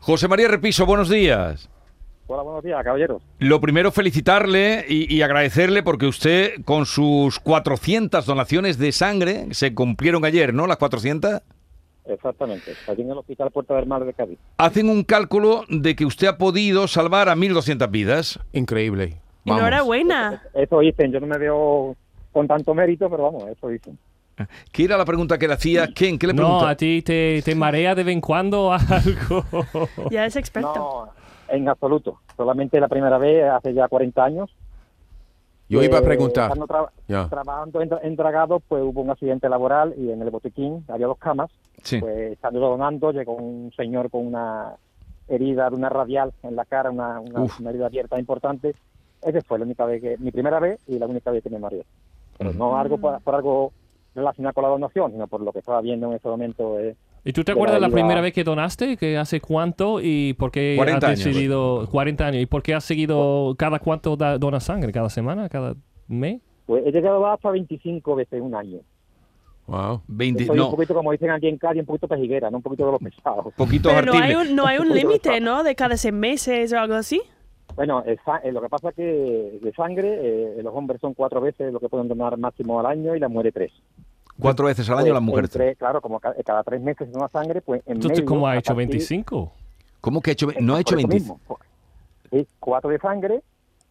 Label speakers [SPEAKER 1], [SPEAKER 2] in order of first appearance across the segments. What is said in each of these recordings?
[SPEAKER 1] José María Repiso, buenos días.
[SPEAKER 2] Hola, buenos días, caballeros.
[SPEAKER 1] Lo primero, felicitarle y, y agradecerle porque usted, con sus 400 donaciones de sangre, se cumplieron ayer, ¿no? Las 400.
[SPEAKER 2] Exactamente, allí en el Hospital Puerta del Mar de Cádiz.
[SPEAKER 1] Hacen un cálculo de que usted ha podido salvar a 1.200 vidas.
[SPEAKER 3] Increíble. Vamos.
[SPEAKER 4] Enhorabuena.
[SPEAKER 2] Eso dicen, yo no me veo con tanto mérito, pero vamos, eso dicen.
[SPEAKER 1] ¿Qué era la pregunta que le hacía Ken? ¿Qué le
[SPEAKER 3] No,
[SPEAKER 1] pregunta?
[SPEAKER 3] a ti te, te marea de vez en cuando algo.
[SPEAKER 4] Ya es experto.
[SPEAKER 2] No, en absoluto. Solamente la primera vez hace ya 40 años.
[SPEAKER 5] Yo
[SPEAKER 2] Eh,
[SPEAKER 5] iba a preguntar.
[SPEAKER 2] estando tra-
[SPEAKER 5] Ya.
[SPEAKER 2] Trabajando en, en Dragado, pues hubo un accidente laboral y en el botiquín había dos camas.
[SPEAKER 1] Sí.
[SPEAKER 2] Pues estando donando, llegó un señor con una herida de una radial en la cara, una, una-
[SPEAKER 1] Uf.
[SPEAKER 2] una herida abierta importante. Esa fue la única vez que, mi primera vez y la única vez que me mareé. Pero no algo por, por algo relacionado con la donación, sino por lo que estaba viendo en ese momento. eh,
[SPEAKER 3] ¿Y tú
[SPEAKER 2] de
[SPEAKER 3] te acuerdas la
[SPEAKER 2] vida.
[SPEAKER 3] primera vez que donaste? ¿Que hace cuánto? ¿Y por qué
[SPEAKER 1] 40
[SPEAKER 3] has
[SPEAKER 1] años.
[SPEAKER 3] decidido 40 años? ¿Y por qué has seguido cada cuánto da- donas sangre? ¿Cada semana? ¿Cada mes?
[SPEAKER 2] Pues he llegado hasta 25 veces en un año.
[SPEAKER 5] Wow.
[SPEAKER 1] 20,
[SPEAKER 2] Soy un
[SPEAKER 1] no, Pues
[SPEAKER 2] poquito, como dicen aquí en Cádiz, un poquito pejiguera, ¿no? un poquito de los pesados.
[SPEAKER 1] poquitos
[SPEAKER 4] Pero no hay
[SPEAKER 1] artibles.
[SPEAKER 4] un, no hay un límite, ¿no? De cada seis meses o algo así.
[SPEAKER 2] Bueno, el sa- eh, lo que pasa es que de sangre eh, los hombres son cuatro veces lo que pueden donar máximo al año y las mujeres tres.
[SPEAKER 1] Cuatro veces al año
[SPEAKER 2] Pues,
[SPEAKER 1] las mujeres.
[SPEAKER 2] entre- claro, como ca- eh, cada, tres meses se dona sangre, pues en
[SPEAKER 3] Entonces,
[SPEAKER 2] medio,
[SPEAKER 3] ¿cómo ha
[SPEAKER 2] a
[SPEAKER 3] hecho?
[SPEAKER 2] partir-
[SPEAKER 3] ¿25?
[SPEAKER 1] ¿Cómo que ha hecho? ve- No ha hecho
[SPEAKER 2] por eso
[SPEAKER 1] 20.
[SPEAKER 2] mismo, por- sí, cuatro de sangre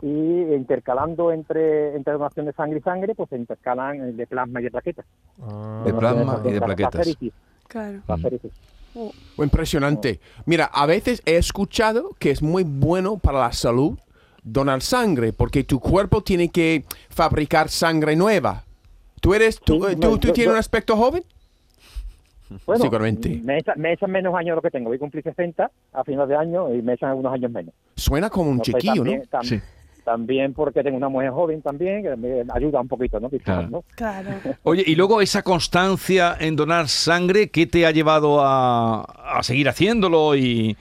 [SPEAKER 2] y intercalando entre, entre donación de sangre y sangre, pues se intercalan eh, de plasma y de plaquetas.
[SPEAKER 1] De plasma y de plaquetas. Mm.
[SPEAKER 2] Plasmaféresis,
[SPEAKER 4] Claro.
[SPEAKER 2] plasmaféresis.
[SPEAKER 5] Impresionante. Mira, a veces he escuchado que es muy bueno para la salud donar sangre porque tu cuerpo tiene que fabricar sangre nueva. ¿Tú eres, tú,
[SPEAKER 2] Sí,
[SPEAKER 5] eh, tú-
[SPEAKER 2] no,
[SPEAKER 5] tú
[SPEAKER 2] yo-
[SPEAKER 5] tienes
[SPEAKER 2] yo-
[SPEAKER 5] un aspecto joven?
[SPEAKER 2] Bueno,
[SPEAKER 5] Seguramente.
[SPEAKER 2] Me, echa- me echan menos años de lo que tengo. Voy a cumplir 60 a final de año y me echan algunos años menos.
[SPEAKER 5] Suena como un
[SPEAKER 2] Entonces,
[SPEAKER 5] chiquillo,
[SPEAKER 2] también,
[SPEAKER 5] ¿no?
[SPEAKER 2] tam-
[SPEAKER 1] Sí.
[SPEAKER 2] También porque tengo una mujer joven también, que me ayuda un poquito, ¿no? Quizás,
[SPEAKER 1] Claro.
[SPEAKER 2] ¿no?
[SPEAKER 4] Claro.
[SPEAKER 1] Oye, y luego esa constancia en donar sangre, ¿qué te ha llevado a, a seguir haciéndolo? Y,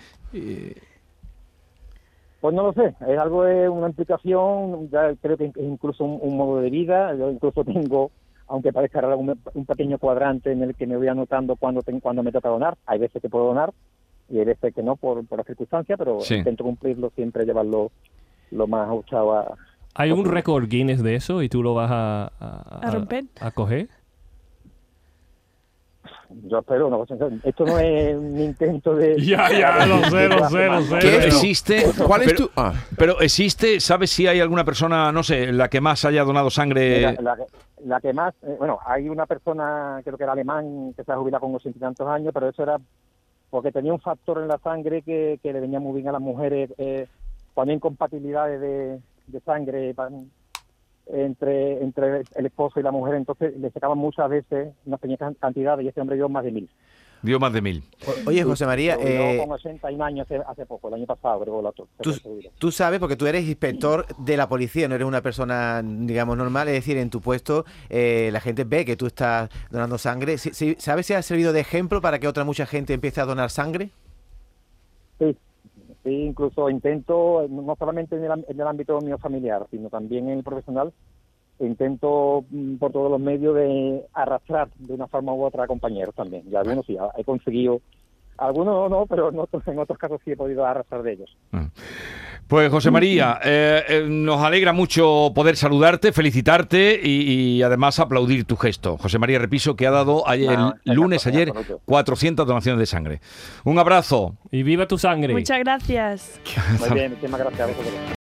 [SPEAKER 2] Pues no lo sé, es algo de una implicación, ya creo que es incluso un, un modo de vida, yo incluso tengo, aunque parezca raro, un, un pequeño cuadrante en el que me voy anotando cuando, cuando me toca donar, hay veces que puedo donar y hay veces que no por, por las circunstancias, pero
[SPEAKER 1] Sí.
[SPEAKER 2] intento cumplirlo siempre, llevarlo lo más ajustado a...
[SPEAKER 3] ¿Hay un récord Guinness de eso y tú lo vas a, a,
[SPEAKER 4] A romper.
[SPEAKER 3] a coger?
[SPEAKER 2] Yo espero, no, pues, esto no es un intento de...
[SPEAKER 5] ¿Qué
[SPEAKER 1] pero
[SPEAKER 5] es tu-
[SPEAKER 1] existe.
[SPEAKER 5] ¿Cuál es
[SPEAKER 1] pero-
[SPEAKER 5] tu...? ah,
[SPEAKER 1] Pero existe, ¿sabes si hay alguna persona, no sé, la que más haya donado
[SPEAKER 2] Mira,
[SPEAKER 6] Eh,
[SPEAKER 1] sangre?
[SPEAKER 2] la, que- la que más, eh, bueno, hay una persona, creo que era alemán, que se ha jubilado con ochenta y tantos años, pero eso era porque tenía un factor en la sangre que, que le venía muy bien a las mujeres, eh, ponía incompatibilidades de, de sangre pa- entre, entre el esposo y la mujer, entonces le sacaban muchas veces unas pequeñas cantidades y este hombre dio más de mil.
[SPEAKER 1] Dio más de mil.
[SPEAKER 6] O- Oye, José María,
[SPEAKER 2] Lo
[SPEAKER 6] eh,
[SPEAKER 2] jubiló con 81 años hace, hace poco, el año pasado, creo, el otro.
[SPEAKER 6] tú, tú sabes, porque tú eres inspector de la policía, no eres una persona, digamos, normal, es decir, en tu puesto eh, la gente ve que tú estás donando sangre. Si- si- ¿Sabes si ha servido de ejemplo para que otra mucha gente empiece a donar sangre?
[SPEAKER 2] Sí, sí, E incluso intento, no solamente en el, am- en el ámbito mío familiar, sino también en el profesional, intento mm, por todos los medios de arrastrar de una forma u otra a compañeros también. Y algunos sí, he conseguido, algunos no, no, pero en otros, en otros casos sí he podido arrastrar de ellos.
[SPEAKER 1] Pues José María, eh, eh, nos alegra mucho poder saludarte, felicitarte y, y además aplaudir tu gesto. José María Repiso, que ha dado ayer-
[SPEAKER 2] No,
[SPEAKER 1] el lunes
[SPEAKER 2] en
[SPEAKER 1] ayer
[SPEAKER 2] absoluto.
[SPEAKER 1] 400 donaciones de sangre. Un abrazo.
[SPEAKER 3] Y viva tu sangre.
[SPEAKER 4] Muchas gracias.
[SPEAKER 2] Muy bien, muchísimas gracias a vosotros.